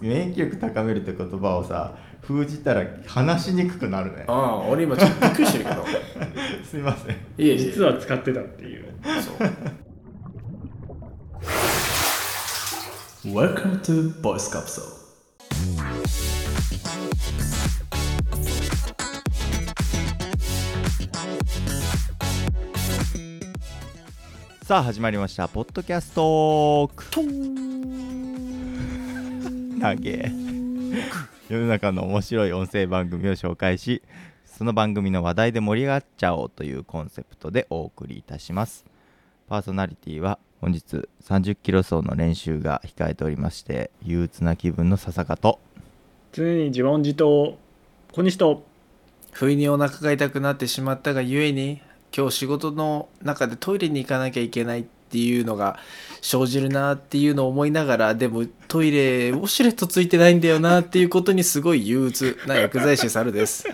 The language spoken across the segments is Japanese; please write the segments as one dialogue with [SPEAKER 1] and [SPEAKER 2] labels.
[SPEAKER 1] 免疫力高めるって言葉をさ封じたら話しにくくなるね
[SPEAKER 2] ああ俺今ちょっとびっくりして るけど
[SPEAKER 1] すいません
[SPEAKER 2] いえいえ
[SPEAKER 3] 実は使ってたっていう
[SPEAKER 2] そう Welcome to Voice Capsule
[SPEAKER 1] さあ始まりましたポッドキャストーク長え世の中の面白い音声番組を紹介しその番組の話題で盛り上がっちゃおうというコンセプトでお送りいたしますパーソナリティは本日30キロ走の練習が控えておりまして憂鬱な気分の笹かと
[SPEAKER 3] 常に自問自答小西と
[SPEAKER 2] 不意にお腹が痛くなってしまったがゆえに今日仕事の中でトイレに行かなきゃいけないっていうのが生じるなっていうのを思いながらでもトイレウォシュレットついてないんだよなっていうことにすごい憂鬱な薬剤師猿 です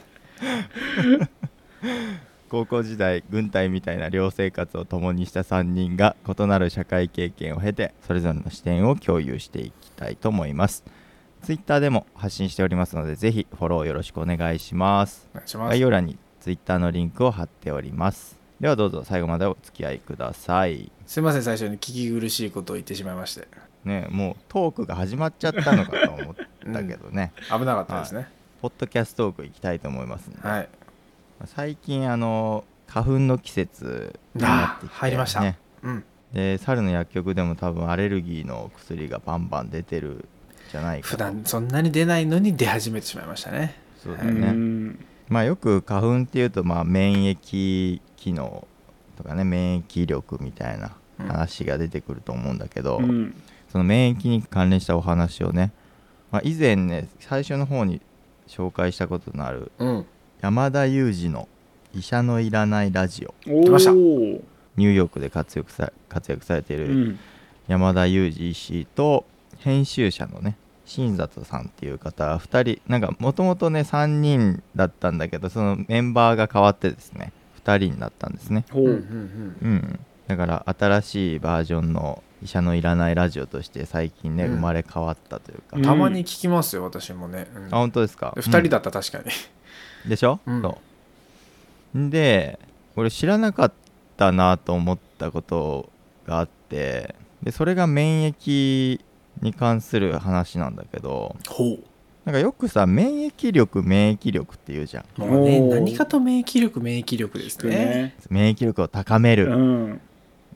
[SPEAKER 1] 高校時代軍隊みたいな寮生活を共にした3人が異なる社会経験を経てそれぞれの視点を共有していきたいと思いますツイッターでも発信しておりますのでぜひフォローよろしくお願いします
[SPEAKER 2] お願いします
[SPEAKER 1] 概要欄にツイッターのリンクを貼っておりますではどうぞ最後までお付き合いください
[SPEAKER 2] すいません最初に聞き苦しいことを言ってしまいまして
[SPEAKER 1] ねもうトークが始まっちゃったのかと思ったけど ね、
[SPEAKER 2] 危なかったですね
[SPEAKER 1] ポッドキャストトーク行きたいと思いますんで
[SPEAKER 2] はい、
[SPEAKER 1] 最近あの花粉の季節になってきて、ね、
[SPEAKER 2] あー入りましたうん
[SPEAKER 1] で猿の薬局でも多分アレルギーの薬がバンバン出てるじゃないか
[SPEAKER 2] 普
[SPEAKER 1] な
[SPEAKER 2] 段そんなに出ないのに出始めてしまいましたね
[SPEAKER 1] そうだ
[SPEAKER 3] う
[SPEAKER 1] よね、
[SPEAKER 3] ん
[SPEAKER 1] まあよく花粉っていうとまあ免疫機能とかね免疫力みたいな話が出てくると思うんだけど、
[SPEAKER 3] うん
[SPEAKER 1] その免疫に関連したお話をね、まあ、以前ね最初の方に紹介したことのある
[SPEAKER 2] うん
[SPEAKER 1] 山田裕二の「医者のいらないラジオ
[SPEAKER 3] お
[SPEAKER 2] 来ました
[SPEAKER 3] ー」
[SPEAKER 1] ニューヨークで活躍さ活躍されていうる
[SPEAKER 3] ん
[SPEAKER 1] 山田裕二氏と編集者のね新里さんっていう方2人なんかもともとね3人だったんだけどそのメンバーが変わってですね2人になったんですね
[SPEAKER 3] ほ
[SPEAKER 2] うん
[SPEAKER 3] う
[SPEAKER 2] うんうん
[SPEAKER 1] うんだから新しいバージョンの「医者のいらないラジオ」として最近ね
[SPEAKER 2] うん
[SPEAKER 1] 生まれ変わったというか、
[SPEAKER 3] うん
[SPEAKER 1] あ
[SPEAKER 2] たまに聞きますよ私もね、うん、
[SPEAKER 1] 本当ですか
[SPEAKER 2] 2人だった確かに、
[SPEAKER 1] うんでしょ、
[SPEAKER 2] うん
[SPEAKER 1] そうで俺知らなかったなと思ったことがあってでそれが免疫に関する話なんだけど
[SPEAKER 2] ほう
[SPEAKER 1] なんかよくさ免疫力免疫力って言うじゃん
[SPEAKER 2] もうね
[SPEAKER 3] おー
[SPEAKER 2] 何かと免疫力免疫力ですね
[SPEAKER 3] ね
[SPEAKER 1] 免疫力を高め
[SPEAKER 3] う
[SPEAKER 1] る、
[SPEAKER 3] ん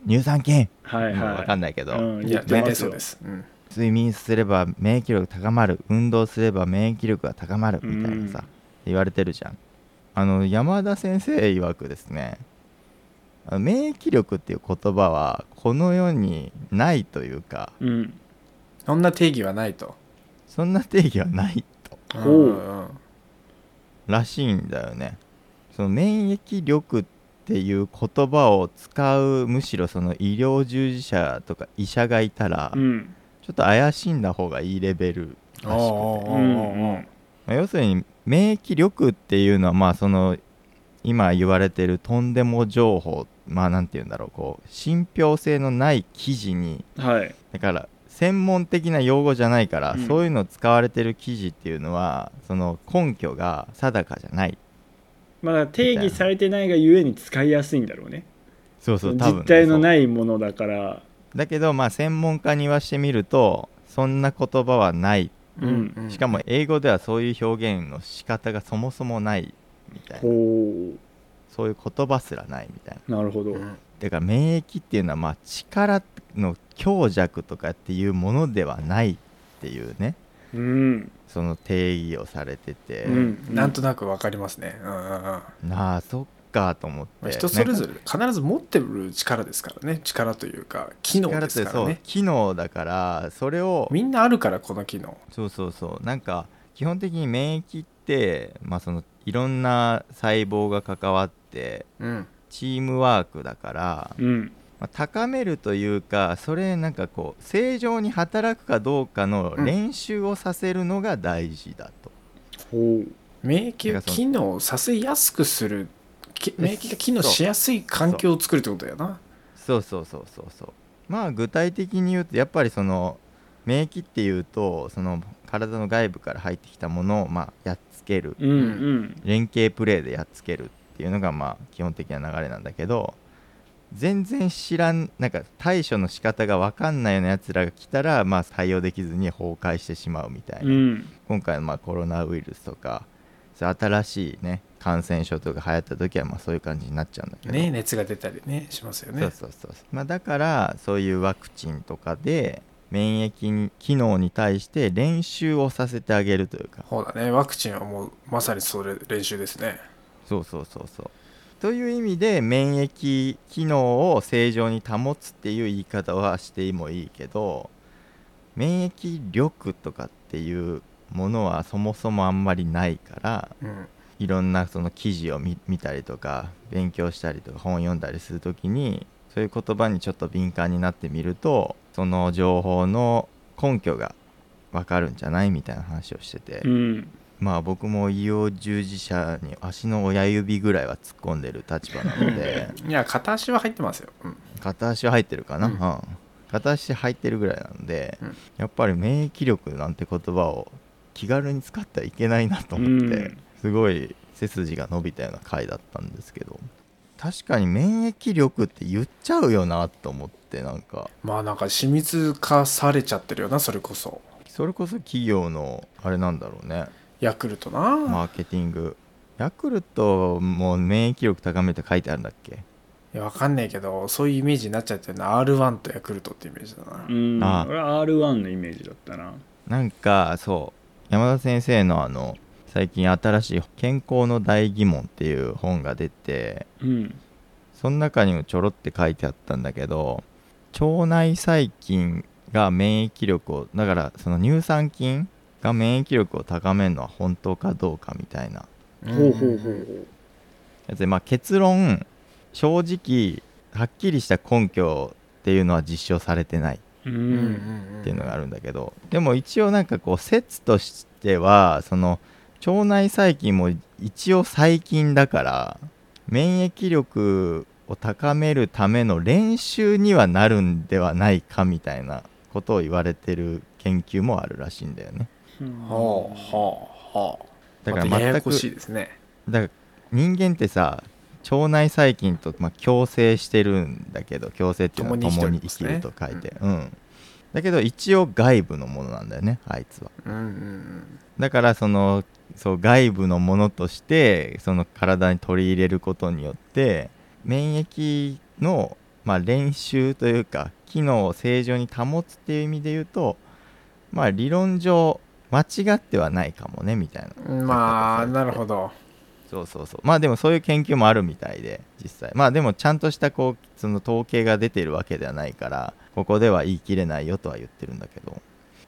[SPEAKER 1] 乳酸菌、
[SPEAKER 3] はい
[SPEAKER 1] もう
[SPEAKER 3] はい
[SPEAKER 1] わかんないけど、
[SPEAKER 3] うん
[SPEAKER 2] い
[SPEAKER 3] 言
[SPEAKER 2] や
[SPEAKER 3] って
[SPEAKER 2] 大
[SPEAKER 3] ま
[SPEAKER 2] 体
[SPEAKER 3] す
[SPEAKER 2] そう
[SPEAKER 3] よ
[SPEAKER 2] です、うん、
[SPEAKER 1] 睡眠すれば免疫力高まる運動すれば免疫力が高まるみたいなさ、
[SPEAKER 3] うん
[SPEAKER 1] 言われてるじゃんあの山田先生曰くですねあの免疫力っていう言葉はこの世にないというか
[SPEAKER 3] うん
[SPEAKER 2] そんな定義はないと、
[SPEAKER 1] そんな定義はないと
[SPEAKER 2] う
[SPEAKER 3] ほうん
[SPEAKER 2] うん
[SPEAKER 1] らしいんだよねその免疫力っていう言葉を使うむしろその医療従事者とか医者がいたら、
[SPEAKER 3] うん
[SPEAKER 1] ちょっと怪しんだ方がいいレベルらしくて
[SPEAKER 2] あ
[SPEAKER 3] う
[SPEAKER 2] ー
[SPEAKER 3] ん
[SPEAKER 1] まあ要するに免疫力っていうのはまあその今言われてるとんでも情報まあなんて言うんだろうこう信憑性のない記事に
[SPEAKER 3] はい
[SPEAKER 1] だから専門的な用語じゃないから、
[SPEAKER 3] うん
[SPEAKER 1] そういうの使われてる記事っていうのはその根拠が定かじゃない
[SPEAKER 3] まだ定義されてないがゆえに使いやすいんだろうね
[SPEAKER 1] そうそう多分ね
[SPEAKER 3] 実体の
[SPEAKER 1] そう
[SPEAKER 3] ないものだから
[SPEAKER 1] だけどまあ専門家に言わしてみるとそんな言葉はない
[SPEAKER 2] うんうん
[SPEAKER 1] しかも英語ではそういう表現の仕方がそもそもないみたいな
[SPEAKER 3] ほ
[SPEAKER 1] そういう言葉すらないみたいな
[SPEAKER 3] うなるほど
[SPEAKER 2] うん
[SPEAKER 1] だから免疫っていうのはまあ力の強弱とかっていうものではないっていうね
[SPEAKER 3] うん
[SPEAKER 1] その定義をされてて、
[SPEAKER 3] うん
[SPEAKER 2] なんとなくわかりますね、うんうんうんま
[SPEAKER 1] なあそっかと思って
[SPEAKER 2] あ、人それ
[SPEAKER 1] れ
[SPEAKER 2] ぞれ必ず持ってる力ですからね力というか機能
[SPEAKER 1] 力
[SPEAKER 2] で
[SPEAKER 1] っ
[SPEAKER 2] す
[SPEAKER 1] て
[SPEAKER 2] か
[SPEAKER 1] そ
[SPEAKER 2] ら
[SPEAKER 1] う
[SPEAKER 2] ね
[SPEAKER 1] 機能だからそれを
[SPEAKER 2] みんなあるからこの機能
[SPEAKER 1] そうそうそうなんか基本的に免疫って、まあ、そのいろんな細胞が関わって
[SPEAKER 2] うん
[SPEAKER 1] チームワークだから、
[SPEAKER 3] うん
[SPEAKER 1] まあ、高めるというかそれなんかこう正常に働くかどうかの練習をさせるのが大事だと。
[SPEAKER 3] ほう
[SPEAKER 2] 免疫
[SPEAKER 1] な
[SPEAKER 2] を
[SPEAKER 1] んかその
[SPEAKER 2] 機能させやすくするき免疫が機能しやすい環境を作るってことだよな
[SPEAKER 1] そうそうそうそうそうまあ具体的に言うとやっぱりその免疫っていうとその体の外部から入ってきたものを、まあ、やっつける
[SPEAKER 3] うんうん
[SPEAKER 1] 連携プレーでやっつけるっていうのがまあ基本的な流れなんだけど全然知らんなんか対処の仕方が分かんないようなやつらが来たらまあ対応できずに崩壊してしまうみたいな、
[SPEAKER 3] うん
[SPEAKER 1] 今回のまあコロナウイルスとかそういう新しいね感染症とか流行った時はまあそういう感じになっちゃうんだけど、
[SPEAKER 2] ね熱が出たりねしますよね
[SPEAKER 1] そうそうそうそう、まあ、だからそういうワクチンとかで免疫に機能に対して練習をさせてあげるというか
[SPEAKER 2] そうだねワクチンはもうまさにそれ練習ですね
[SPEAKER 1] そうそうそうそうという意味で免疫機能を正常に保つっていう言い方はしてもいいけど免疫力とかっていうものはそもそもあんまりないから
[SPEAKER 2] うん
[SPEAKER 1] いろんなその記事を見見たりとか勉強したりとか本読んだりする時にそういう言葉にちょっと敏感になってみるとその情報の根拠が分かるんじゃないみたいな話をしてて、
[SPEAKER 3] うん
[SPEAKER 1] まあ僕も医療従事者に足の親指ぐらいは突っ込んでる立場なので
[SPEAKER 2] いや片足は入ってますよ、うん
[SPEAKER 1] 片足は入ってるかな、
[SPEAKER 2] うん
[SPEAKER 1] うん片足入ってるぐらいなんで、
[SPEAKER 2] うん
[SPEAKER 1] やっぱり免疫力なんて言葉を気軽に使ってはいけないなと思って、
[SPEAKER 3] うん
[SPEAKER 1] すごい背筋が伸びたような回だったんですけど確かに免疫力って言っちゃうよなと思ってなんか
[SPEAKER 2] まあなんか親密化されちゃってるよなそれこそ
[SPEAKER 1] それこそ企業のあれなんだろうね
[SPEAKER 2] ヤクルトな、
[SPEAKER 1] マーケティングヤクルトも免疫力高めって書いてあるんだっけ
[SPEAKER 2] いやわかんないけどそういうイメージになっちゃってるな R1 とヤクルトってイメージだな、
[SPEAKER 3] うん
[SPEAKER 1] ああ
[SPEAKER 3] 俺は R1 のイメージだったな
[SPEAKER 1] なんかそう山田先生のあの最近新しい「健康の大疑問」っていう本が出て
[SPEAKER 3] うん
[SPEAKER 1] その中にもちょろって書いてあったんだけど腸内細菌が免疫力をだからその乳酸菌が免疫力を高めるのは本当かどうかみたいな
[SPEAKER 3] ほうほうほ
[SPEAKER 2] ん
[SPEAKER 3] う
[SPEAKER 1] やつで、まあ、結論正直はっきりした根拠っていうのは実証されてない
[SPEAKER 3] ほうう
[SPEAKER 2] うんうん
[SPEAKER 3] ん
[SPEAKER 2] うん
[SPEAKER 1] っていうのがあるんだけどでも一応なんかこう説としてはその腸内細菌も一応細菌だから免疫力を高めるための練習にはなるんではないかみたいなことを言われてる研究もあるらしいんだよね
[SPEAKER 2] はあはあはあ
[SPEAKER 1] だから
[SPEAKER 2] またや
[SPEAKER 1] 全
[SPEAKER 2] や
[SPEAKER 1] く
[SPEAKER 2] こしいですね
[SPEAKER 1] だから人間ってさ腸内細菌と、まあ、共生してるんだけど共生っていうのは共
[SPEAKER 2] 共
[SPEAKER 1] に生
[SPEAKER 2] に生
[SPEAKER 1] き
[SPEAKER 2] き
[SPEAKER 1] る
[SPEAKER 2] る
[SPEAKER 1] と
[SPEAKER 2] と
[SPEAKER 1] 書
[SPEAKER 2] か
[SPEAKER 1] い
[SPEAKER 2] ね
[SPEAKER 1] て、うん、だけど一応外部のものなんだよねあいつは
[SPEAKER 2] うんうん
[SPEAKER 1] だからそのそう外部のものとしてその体に取り入れることによって免疫の、まあ、練習というか機能を正常に保つっていう意味で言うとまあ理論上間違ってはないかもねみたいな
[SPEAKER 2] うんまあなるほど
[SPEAKER 1] そうそうそうまあでもそういう研究もあるみたいで実際まあでもちゃんとしたこうその統計が出てるわけではないからここでは言い切れないよとは言ってるんだけど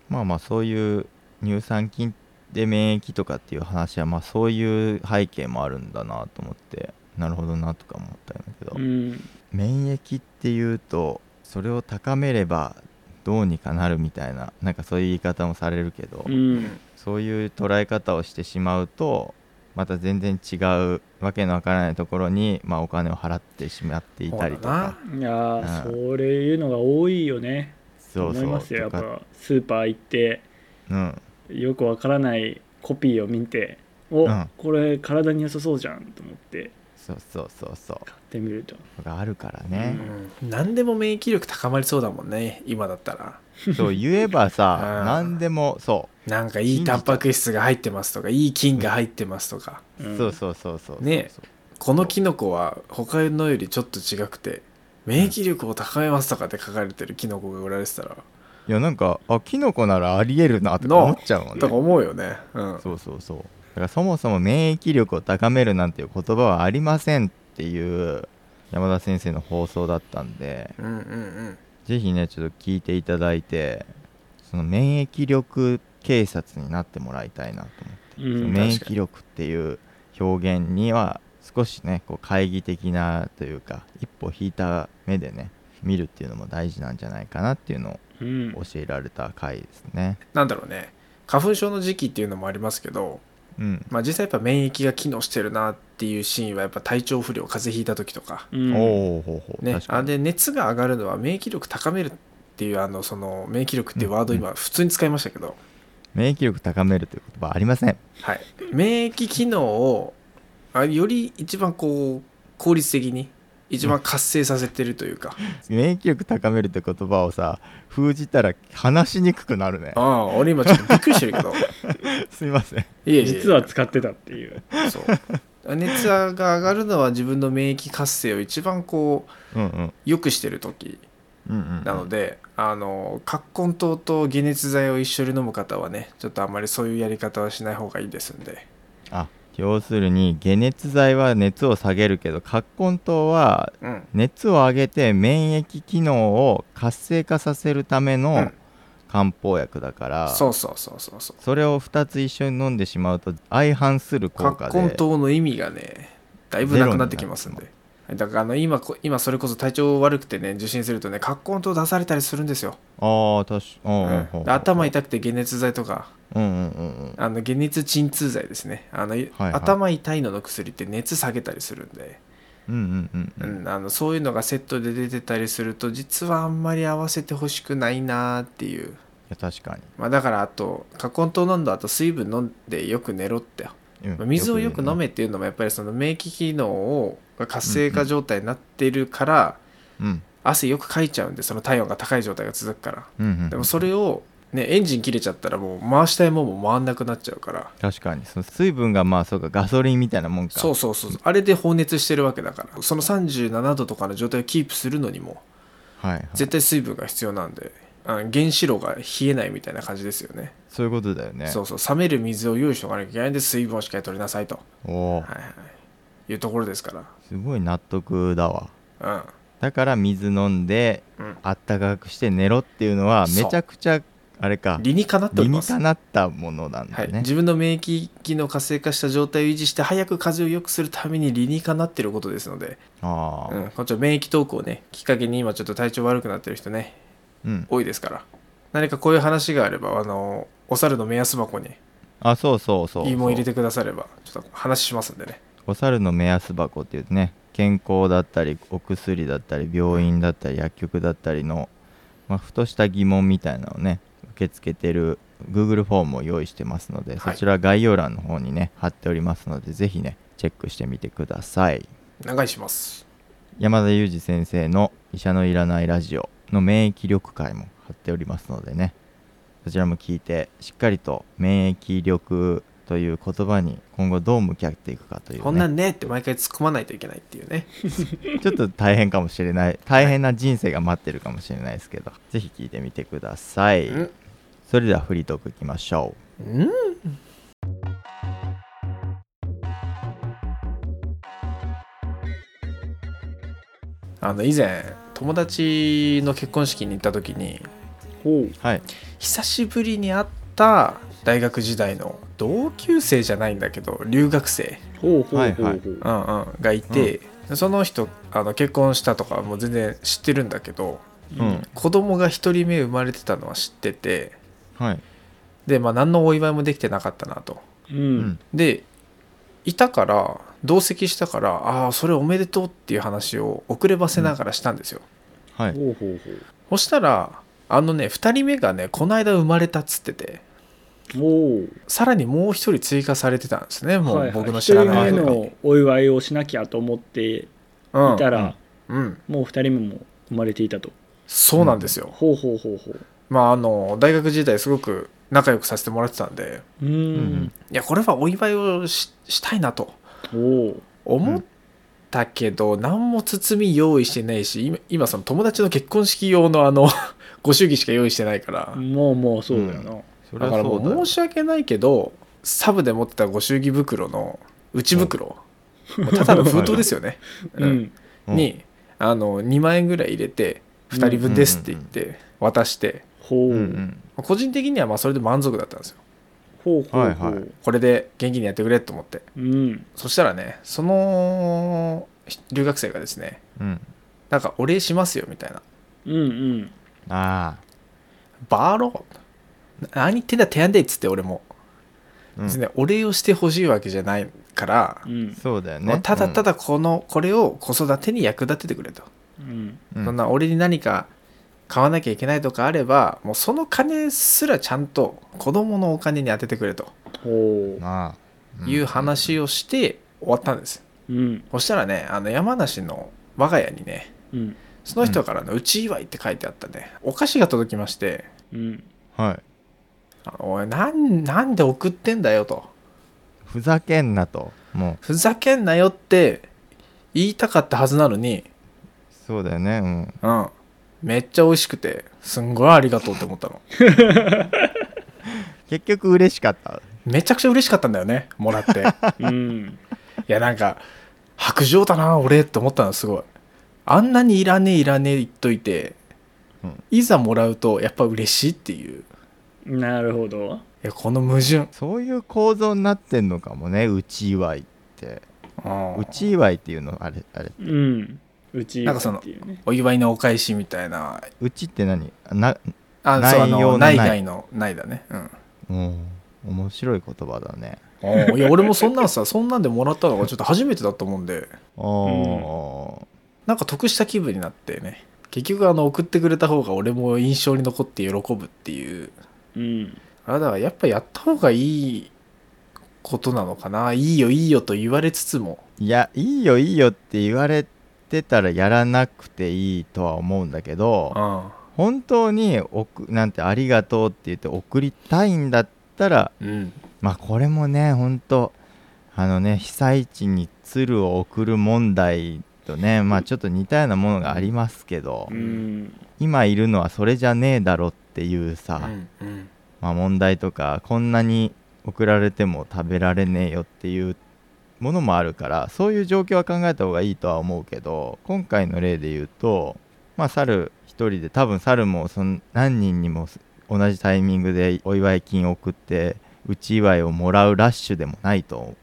[SPEAKER 1] まあまあそういう乳酸菌で免疫とかっていう話はまあそういう背景もあるんだなと思ってなるほどなとか思ったんだけど、
[SPEAKER 3] うん
[SPEAKER 1] 免疫っていうとそれを高めればどうにかなるみたいななんかそういう言い方もされるけど、
[SPEAKER 3] うん
[SPEAKER 1] そういう捉え方をしてしまうとまた全然違うわけのわからないところに、まあ、お金を払ってしまっていたりとか
[SPEAKER 3] いやー
[SPEAKER 1] う
[SPEAKER 3] それいうのが多いよね
[SPEAKER 1] そう
[SPEAKER 3] 思いますよや
[SPEAKER 1] と
[SPEAKER 3] っ
[SPEAKER 1] か、
[SPEAKER 3] ぱスーパー行って
[SPEAKER 1] うん、
[SPEAKER 3] よくわからないコピーを見てお、
[SPEAKER 1] うん
[SPEAKER 3] これ体に良さそうじゃんと思って
[SPEAKER 1] そうそうそうそう
[SPEAKER 3] 買ってみると
[SPEAKER 1] とかあるから
[SPEAKER 2] う
[SPEAKER 1] ね、
[SPEAKER 2] ん何でも免疫力高まりそうだもんね今だったら
[SPEAKER 1] そう言えばさ
[SPEAKER 2] うん
[SPEAKER 1] 何でもそ
[SPEAKER 2] なんかいいタンパク質が入ってますとかいい菌が入ってますとか、
[SPEAKER 1] う、
[SPEAKER 3] うん
[SPEAKER 1] そうそうそうそうそう
[SPEAKER 2] ねこのキノコは他のよりちょっと違くて免疫力を高めますとかって書かれてるキノコが売られてたら
[SPEAKER 1] いやなんかあキノコならありえるなとか思っちゃうもん
[SPEAKER 2] とか
[SPEAKER 1] ね
[SPEAKER 2] 思うよねうん
[SPEAKER 1] そうそうそうだからそもそも免疫力を高めるなんていう言葉はありませんっていう山田先生の放送だったんで
[SPEAKER 2] うんうんうん
[SPEAKER 1] ぜひねちょっと聞いていただいてその免疫力警察になってもらいたいなと思って、
[SPEAKER 3] う
[SPEAKER 1] その
[SPEAKER 3] ん確か
[SPEAKER 1] 免
[SPEAKER 2] に
[SPEAKER 1] 疫力っていう表現には少しねこう懐疑的なというか一歩引いた目でね見るっていうのも大事なんじゃないかなっていうの
[SPEAKER 3] うん
[SPEAKER 1] を教えられた回ですね。
[SPEAKER 2] なんだろうね花粉症の時期っていうのもありますけど、
[SPEAKER 1] うん、
[SPEAKER 2] まあ、実際やっぱ免疫が機能してるなっていうシーンはやっぱ体調不良風邪ひいた時とか
[SPEAKER 3] うん
[SPEAKER 1] おおほうほう、
[SPEAKER 2] ね
[SPEAKER 1] 確か
[SPEAKER 2] あ
[SPEAKER 1] に
[SPEAKER 2] で熱が上がるのは免疫力高めるっていうあのその免疫力っていうワード今普通に使いましたけど、
[SPEAKER 1] 免疫力高めるという言葉はありません
[SPEAKER 2] はい、免疫機能をあより一番こう効率的に一番活性させてるというか、
[SPEAKER 1] 免疫力高めるって言葉をさ封じたら話しにくくなるね
[SPEAKER 2] ああ俺今ちょっとびっくりしてる けど
[SPEAKER 1] すいません
[SPEAKER 2] いえいえ
[SPEAKER 3] 実は使ってたっていう
[SPEAKER 2] そう熱が上がるのは自分の免疫活性を一番こう
[SPEAKER 1] うんうん
[SPEAKER 2] 良くしてる時
[SPEAKER 1] うんうん
[SPEAKER 2] なので、あの葛根湯と解熱剤を一緒に飲む方はねちょっとあんまりそういうやり方はしない方がいいですんで
[SPEAKER 1] あ要するに解熱剤は熱を下げるけど葛根湯は
[SPEAKER 2] うん
[SPEAKER 1] 熱を上げて免疫機能を活性化させるため
[SPEAKER 2] う
[SPEAKER 1] の
[SPEAKER 2] ん
[SPEAKER 1] 漢方薬だから、
[SPEAKER 2] そうそうそうそうそう
[SPEAKER 1] それを2つ一緒に飲んでしまうと相反する効果
[SPEAKER 2] 葛根
[SPEAKER 1] で
[SPEAKER 2] 湯の意味がねだいぶなくなってきますんでだからあの今こ今それこそ体調悪くてね受診するとね葛根湯出されたりするんですよ、
[SPEAKER 1] ああ確か
[SPEAKER 2] う
[SPEAKER 1] に、う
[SPEAKER 2] ん
[SPEAKER 1] んうん、
[SPEAKER 2] で頭痛くて解熱剤とか
[SPEAKER 1] うんうんうん
[SPEAKER 2] あの解熱鎮痛剤ですねあの、
[SPEAKER 1] はい
[SPEAKER 2] 頭痛いのの薬って熱下げたりするんで、
[SPEAKER 1] うんうんうんう
[SPEAKER 2] うんん、あのそういうのがセットで出てたりすると実はあんまり合わせてほしくないなーっていう、
[SPEAKER 1] いや確か
[SPEAKER 2] まあ、だからあと葛根湯飲んだ後水分飲んでよく寝ろって
[SPEAKER 1] に、うん
[SPEAKER 2] まあ水をよく飲めっていうのもやっぱりその免疫機能をが活性化状態になってるから
[SPEAKER 1] うん
[SPEAKER 2] 汗よくかいちゃうんでその体温が高い状態が続くから
[SPEAKER 1] うんうん
[SPEAKER 2] でもそれをねエンジン切れちゃったらもう回したいもんも回んなくなっちゃうから
[SPEAKER 1] 確かにその水分がまあそうかガソリンみたいなもんか
[SPEAKER 2] そうそうそうあれで放熱してるわけだからその37度とかの状態をキープするのにも
[SPEAKER 1] はい、はい、
[SPEAKER 2] 絶対水分が必要なんであの原子炉が冷えないみたいな感じですよね
[SPEAKER 1] そういうことだよね
[SPEAKER 2] そうそう冷める水を用意しておかなきゃいけないんで水分をしっかり取りなさいと、は
[SPEAKER 1] おお
[SPEAKER 2] いはい、いうところですか
[SPEAKER 1] すごい納得だわ
[SPEAKER 2] ら
[SPEAKER 1] だから水飲んで
[SPEAKER 2] うんうん
[SPEAKER 1] あったかくして寝ろっていうのは
[SPEAKER 2] そう
[SPEAKER 1] めちゃくちゃあれか
[SPEAKER 2] 理にかなって
[SPEAKER 1] 理
[SPEAKER 2] おりま
[SPEAKER 1] に
[SPEAKER 2] す
[SPEAKER 1] かなったものなん
[SPEAKER 2] は
[SPEAKER 1] だ
[SPEAKER 2] い、
[SPEAKER 1] ね、
[SPEAKER 2] 自分の免疫機能活性化した状態を維持して早く風邪を良くするために理にかなっていることですので、
[SPEAKER 1] ああ
[SPEAKER 2] うん、こっちは免疫トークをねきっかけに今ちょっと体調悪くなってる人ね
[SPEAKER 1] うん、
[SPEAKER 2] 多いですから何かこういう話があればあのお猿の目安箱に
[SPEAKER 1] あそうそうそう
[SPEAKER 2] いいもん入れてくださればちょっと話しますんでね
[SPEAKER 1] お猿の目安箱っていうね健康だったりお薬だったり病院だったり薬局だったりの、まあ、ふとした疑問みたいなのをね受け付けてる Google フォームを用意してますので、
[SPEAKER 2] はい
[SPEAKER 1] そちら概要欄の方にね貼っておりますのでぜひねチェックしてみてください
[SPEAKER 2] 長いします
[SPEAKER 1] 山田裕二先生の「医者のいらないラジオ」の免疫力会も貼っておりますのでねそちらも聞いてしっかりと免疫力という言葉に今後どう向き合っていくかという、ね、
[SPEAKER 2] こんなんねって毎回突っ込まないといけないっていうね
[SPEAKER 1] ちょっと大変かもしれない大変な人生が待ってるかもしれないですけどぜひ聞いてみてください
[SPEAKER 2] うん
[SPEAKER 1] それではフリートークいきましょう
[SPEAKER 2] うんあの以前友達の結婚式に行った時に
[SPEAKER 3] ほう
[SPEAKER 1] はい
[SPEAKER 2] 久しぶりに会った大学時代の同級生じゃないんだけど留学生、
[SPEAKER 3] ほうほうほうほう、
[SPEAKER 1] はいはい
[SPEAKER 2] うんうん、がいて、その人あの結婚したとかもう全然知ってるんだけど
[SPEAKER 1] うん
[SPEAKER 2] 子供が1人目生まれてたのは知ってて
[SPEAKER 1] はい
[SPEAKER 2] で、まあ、何のお祝いもできてなかったなと。
[SPEAKER 3] うん
[SPEAKER 1] うん
[SPEAKER 2] でいたから同席したからああそれおめでとうっていう話を遅ればせながらしたんですよ、
[SPEAKER 1] はい
[SPEAKER 3] ほうほうほう
[SPEAKER 2] そしたらあのね2人目がねこの間生まれたっつってて
[SPEAKER 3] もう
[SPEAKER 2] さらにもう一人追加されてたんですねも
[SPEAKER 3] は
[SPEAKER 2] う
[SPEAKER 3] いはい
[SPEAKER 2] 僕の知らない間
[SPEAKER 3] 一人
[SPEAKER 2] に
[SPEAKER 3] 目のお祝いをしなきゃと思っていたら、
[SPEAKER 2] うん、うん、
[SPEAKER 3] もう二人目も生まれていたと
[SPEAKER 2] そうなんですよ、
[SPEAKER 3] ほうほうほうほう
[SPEAKER 2] まああの大学時代すごく仲良くさせてもらってたんで
[SPEAKER 3] うーん
[SPEAKER 2] いやこれはお祝いをししたいなと
[SPEAKER 3] おう
[SPEAKER 2] 思ったけど、何も包み用意してないし今今その友達の結婚式用のあの ご祝儀しか用意してないから、
[SPEAKER 3] もうもうそうだよな、
[SPEAKER 1] それ
[SPEAKER 2] だ
[SPEAKER 1] は
[SPEAKER 2] からも
[SPEAKER 1] そうだよ
[SPEAKER 2] う申し訳ないけどサブで持ってたご祝儀袋の内袋、もうただの封筒ですよね、う
[SPEAKER 3] う
[SPEAKER 2] ん
[SPEAKER 3] ん
[SPEAKER 2] にあの2万円ぐらい入れて2人分ですって言って渡して、
[SPEAKER 3] ほう、
[SPEAKER 1] うんうん
[SPEAKER 2] 個人的にはまあそれで満足だったんですよ
[SPEAKER 3] ほうほうほう、
[SPEAKER 1] はいはい
[SPEAKER 2] これで元気にやってくれと思って
[SPEAKER 3] うん
[SPEAKER 2] そしたらねその留学生がですね
[SPEAKER 1] うん
[SPEAKER 2] なんかお礼しますよみたいな
[SPEAKER 3] うん
[SPEAKER 1] あ
[SPEAKER 2] バーロー何言ってんだ手やんでっつって俺も、
[SPEAKER 1] あ、うん
[SPEAKER 2] 別にねお礼をしてほしいわけじゃないから
[SPEAKER 3] うんう、ん
[SPEAKER 1] そうだよ
[SPEAKER 2] も
[SPEAKER 1] ね
[SPEAKER 2] うただた
[SPEAKER 1] だ、
[SPEAKER 2] だこの、これを子育てに役立ててくれと、
[SPEAKER 3] うん
[SPEAKER 1] うん
[SPEAKER 2] そんな俺に何か買わなきゃいけないとかあればもうその金すらちゃんと子供のお金に当ててくれと
[SPEAKER 3] ほ
[SPEAKER 1] まあ、うん
[SPEAKER 2] いう話をして終わったんです
[SPEAKER 3] ううん
[SPEAKER 2] そしたらねあの山梨の我が家にね
[SPEAKER 3] うん
[SPEAKER 2] その人からの「うち祝い」って書いてあったねお菓子が届きまして
[SPEAKER 3] うん
[SPEAKER 1] はい
[SPEAKER 2] あのおいなんなんで送ってんだよと
[SPEAKER 1] ふざけんなとも
[SPEAKER 2] ふざけんなよって言いたかったはずなのに
[SPEAKER 1] うそうだよねうん
[SPEAKER 2] うんめっちゃ美味しくてすんごいありがとうって思ったの
[SPEAKER 1] 結局嬉しかった
[SPEAKER 2] めちゃくちゃ嬉しかったんだよねもらって い
[SPEAKER 3] うん
[SPEAKER 2] やなんか白状だな俺って思ったのすごいあんなにいらねえいらねえ言っといて、
[SPEAKER 1] うん
[SPEAKER 2] いざもらうとやっぱ嬉しいっていうい
[SPEAKER 3] なるほど
[SPEAKER 2] やこの矛盾、
[SPEAKER 1] そういう構造になってんのかもねうち祝いって
[SPEAKER 2] うん
[SPEAKER 1] うち祝いっていうのあれあれ
[SPEAKER 3] うんうち
[SPEAKER 2] なんかその
[SPEAKER 3] っていうね
[SPEAKER 2] お祝いのお返しみたいな
[SPEAKER 1] うちって何な
[SPEAKER 2] あ
[SPEAKER 1] ない
[SPEAKER 2] そうあ
[SPEAKER 1] ような
[SPEAKER 2] のな
[SPEAKER 1] ない
[SPEAKER 2] いないのないだねうん
[SPEAKER 1] うん面白い言葉だね
[SPEAKER 2] お ういや俺もそんなんさそんなんでもらったのがちょっと初めてだと思うんで
[SPEAKER 1] あー、
[SPEAKER 2] なんか得した気分になってね結局あの送ってくれた方が俺も印象に残って喜ぶっていう
[SPEAKER 3] うん
[SPEAKER 2] あだからやっぱやった方がいいことなのかないいよいいよと言われつつも
[SPEAKER 1] いやいいよいいよって言われてたらやらなくていいとは思うんだけど
[SPEAKER 2] うん
[SPEAKER 1] 本当に送なんてありがとうって言って送りたいんだったら
[SPEAKER 2] うん
[SPEAKER 1] まあこれもね本当あのね被災地に鶴を送る問題とねまあちょっと似たようなものがありますけど
[SPEAKER 3] うん
[SPEAKER 1] 今いるのはそれじゃねえだろっていうさ、
[SPEAKER 2] うんうん
[SPEAKER 1] まあ、問題とかこんなに送られても食べられねえよっていうものもあるからそういう状況は考えた方がいいとは思うけど今回の例で言うとまあ猿一人で多分猿もその何人にも同じタイミングでお祝い金を送ってうち祝いをもらうラッシュでもないと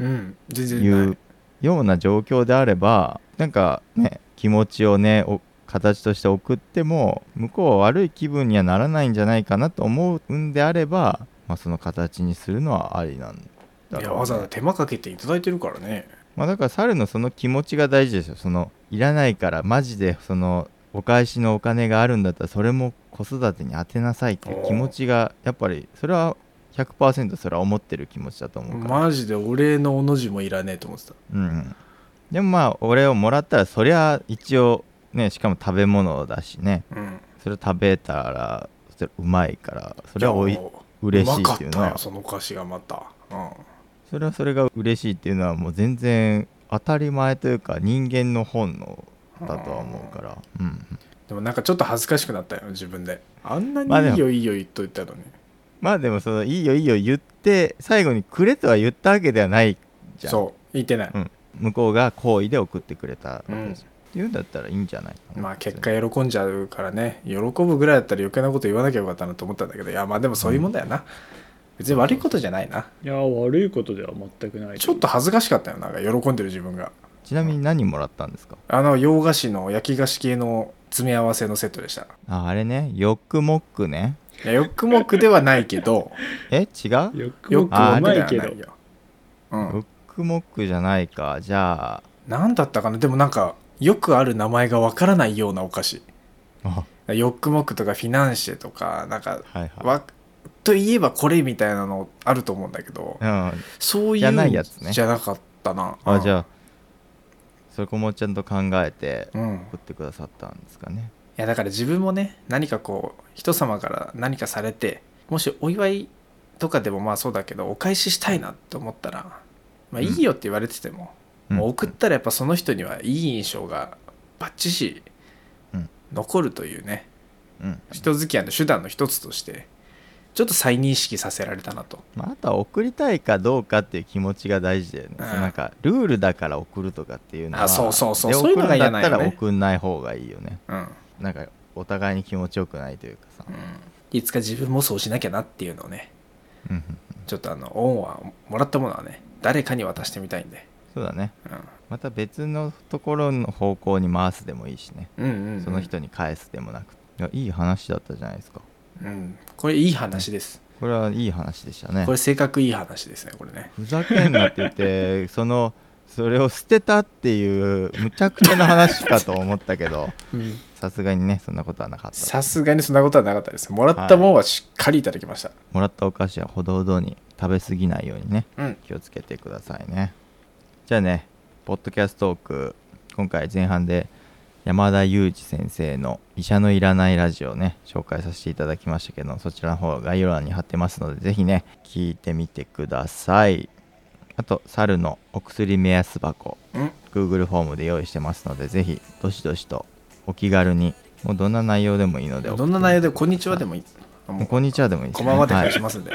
[SPEAKER 2] うん全
[SPEAKER 1] い
[SPEAKER 2] 然な
[SPEAKER 1] う
[SPEAKER 2] い
[SPEAKER 1] ような状況であればなんかね気持ちをねお形として送っても向こうは悪い気分にはならないんじゃないかなと思うんであれば、まあ、その形にするのはありなんだろう
[SPEAKER 2] い
[SPEAKER 1] ね、
[SPEAKER 2] やわざわざ手間かけていただいてるからね
[SPEAKER 1] まあ、だから猿のその気持ちが大事ですよそのいらないからマジでそのお返しのお金があるんだったらそれも子育てに当てなさいっていう気持ちがやっぱりそれは100%それは思ってる気持ちだと思うから
[SPEAKER 2] マジでお礼のおの字もいらねえと思ってた
[SPEAKER 1] うん、でもまあ俺をもらったらそりゃ一応ねしかも食べ物だしね
[SPEAKER 2] うん
[SPEAKER 1] それ食べたらそれうまいからそれはおい
[SPEAKER 2] やもう
[SPEAKER 1] 嬉しいっていうの
[SPEAKER 2] うまかった
[SPEAKER 1] は
[SPEAKER 2] よそのお菓子がまたうん
[SPEAKER 1] それはそれが嬉しいっていうのはもう全然当たり前というか人間の本能だとは思うから、うん、
[SPEAKER 2] でもなんかちょっと恥ずかしくなったよ自分であんな
[SPEAKER 1] まあで
[SPEAKER 2] にい
[SPEAKER 1] も
[SPEAKER 2] いよいいよ言っといたのに、
[SPEAKER 1] まあでもそのいいよいいよ言って最後にくれとは言ったわけではないじゃん
[SPEAKER 2] そう言ってない、
[SPEAKER 1] 向こうが好意で送ってくれたわけじゃん、
[SPEAKER 2] うん
[SPEAKER 1] っていうんだったらいいんじゃないかな
[SPEAKER 2] まあ結果喜んじゃうからね喜ぶぐらいだったら余計なこと言わなきゃよかったなと思ったんだけどいやまあでもそういうもんだよな、別に悪いことじゃないない
[SPEAKER 3] や悪いことでは全くない
[SPEAKER 2] ちょっと恥ずかしかったよなんか喜んでる自分が
[SPEAKER 1] ちなみに何もらったんですか
[SPEAKER 2] あの洋菓子の焼き菓子系の詰め合わせのセットでした
[SPEAKER 1] ああれねヨックモックね
[SPEAKER 2] いやよくもくではないけど
[SPEAKER 1] え違うヨ
[SPEAKER 3] よく
[SPEAKER 2] よ
[SPEAKER 3] よ
[SPEAKER 2] く
[SPEAKER 3] く
[SPEAKER 2] も
[SPEAKER 1] あ
[SPEAKER 3] う
[SPEAKER 2] く
[SPEAKER 3] ま
[SPEAKER 2] で
[SPEAKER 3] い
[SPEAKER 2] は
[SPEAKER 3] け
[SPEAKER 2] な
[SPEAKER 3] ど
[SPEAKER 2] いようん
[SPEAKER 1] ックモックじゃないかじゃあ
[SPEAKER 2] 何だったかなでもなんかよくある名前がわからないようなお菓子
[SPEAKER 1] あ
[SPEAKER 2] ヨックモックとかフィナンシェとかなんか
[SPEAKER 1] はいは
[SPEAKER 2] わといえばこれみたいなのあると思うんだけど
[SPEAKER 1] い、うん、
[SPEAKER 2] そういう
[SPEAKER 1] じゃないやつね
[SPEAKER 2] じゃなかったな
[SPEAKER 1] あじ
[SPEAKER 2] あ
[SPEAKER 1] ゃあそこもちゃんと考えて
[SPEAKER 2] うんい
[SPEAKER 1] 送ってくださったんですかね
[SPEAKER 2] やだから自分もね何かこう人様から何かされてもしお祝いとかでもまあそうだけどお返ししたいなと思ったら、まあ、いいよって言われてても、
[SPEAKER 1] うん
[SPEAKER 2] もう送ったらやっぱその人にはいい印象がバッチし
[SPEAKER 1] うん
[SPEAKER 2] 残るというね
[SPEAKER 1] うん、
[SPEAKER 2] 人付き合いの手段の一つとしてちょっと再認識させられたなと
[SPEAKER 1] まあ、あとは送りたいかどうかっていう気持ちが大事だよね、
[SPEAKER 2] うん
[SPEAKER 1] なんかルールだから送るとかっていうのは
[SPEAKER 2] あそうそうそう
[SPEAKER 1] で
[SPEAKER 2] そういうのが嫌
[SPEAKER 1] 送るん
[SPEAKER 2] な
[SPEAKER 1] だっ
[SPEAKER 2] んよね
[SPEAKER 1] たら送んない方がいいよね
[SPEAKER 2] うん、
[SPEAKER 1] なんかお互いに気持ちよくないというかさ、
[SPEAKER 2] いつか自分もそうしなきゃなっていうのをね
[SPEAKER 1] うんうん、
[SPEAKER 2] ちょっとあの恩はもらったものはね誰かに渡してみたいんで、
[SPEAKER 1] そうだね
[SPEAKER 2] うん、
[SPEAKER 1] また別のところの方向に回すでもいいしね
[SPEAKER 2] うんうんうん
[SPEAKER 1] その人に返すでもなくいやいい話だったじゃないですか
[SPEAKER 2] うんこれいい話です
[SPEAKER 1] これはいい話でしたね
[SPEAKER 2] これ性格いい話ですねこれね
[SPEAKER 1] ふざけんなって言って そ のそれを捨てたっていうむちゃくちゃな話かと思ったけどさすがにねそんなことはなかった
[SPEAKER 2] さすがにそんなことはなかったですもらったもんはしっかりいただきました、
[SPEAKER 1] もらったお菓子はほどほどに食べ過ぎないようにね
[SPEAKER 2] うん
[SPEAKER 1] 気をつけてくださいねじゃあねポッドキャストトーク今回前半で山田裕二先生の「医者のいらないラジオね」紹介させていただきましたけどそちらの方概要欄に貼ってますのでぜひね聞いてみてくださいあと猿のお薬目安箱
[SPEAKER 2] うん
[SPEAKER 1] Google フォームで用意してますのでぜひどしどしとお気軽にもうどんな内容でもいいので
[SPEAKER 2] どんな内容で「こんにちは」
[SPEAKER 1] で
[SPEAKER 2] でもいいあも
[SPEAKER 1] も
[SPEAKER 2] う
[SPEAKER 1] こんにちはでもいいです
[SPEAKER 2] こ
[SPEAKER 1] ね
[SPEAKER 2] ままで返
[SPEAKER 1] はい
[SPEAKER 2] しますんで、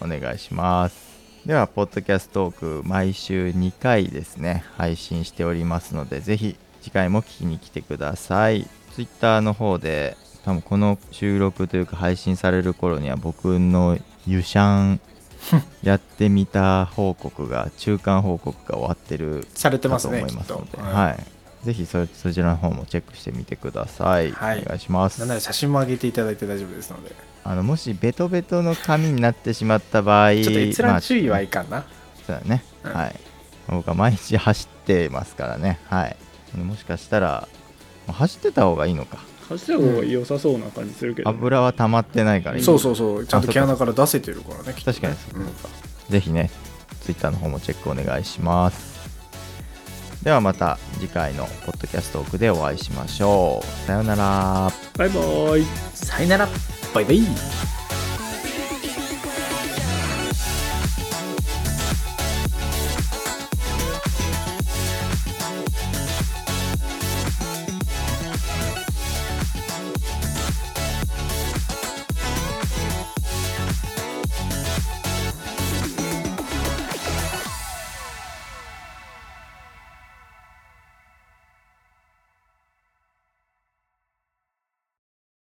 [SPEAKER 1] お願いしますではポッドキャストトーク毎週2回ですね配信しておりますのでぜひ次回も聞きに来てください Twitter の方で多分この収録というか配信される頃には僕の湯シ ャンやってみた報告が中間報告が終わってる
[SPEAKER 2] されてま
[SPEAKER 1] か
[SPEAKER 2] す
[SPEAKER 1] と
[SPEAKER 2] ね
[SPEAKER 1] 思い
[SPEAKER 2] き
[SPEAKER 1] ま
[SPEAKER 2] っ
[SPEAKER 1] すの
[SPEAKER 2] と
[SPEAKER 1] で、
[SPEAKER 2] い
[SPEAKER 1] はい、ぜひそそちらの方もチェックしてみてください、
[SPEAKER 2] はい
[SPEAKER 1] お願いします
[SPEAKER 2] なんなら写真も上げていただいて大丈夫ですので
[SPEAKER 1] あのもしベトベトの紙になってしまった場合
[SPEAKER 2] ちょっと閲覧注意
[SPEAKER 1] まあ
[SPEAKER 2] はいかんな、
[SPEAKER 1] そうだね、
[SPEAKER 2] うん
[SPEAKER 1] はい僕は毎日走ってますからねはいもしかしたらもう走ってた方がいいのか
[SPEAKER 3] 走った方が良さそうな感じするけど、
[SPEAKER 1] 油は溜まってないからいい
[SPEAKER 2] そうそうそうちゃんと
[SPEAKER 1] あ
[SPEAKER 2] 毛穴から出せてるからねきっとね
[SPEAKER 1] 確かに
[SPEAKER 2] うん
[SPEAKER 1] ぜひね Twitter の方もチェックお願いしますではまた次回のポッドキャストオークでお会いしましょうさようなら
[SPEAKER 3] バイバイ
[SPEAKER 2] さよならバイバイ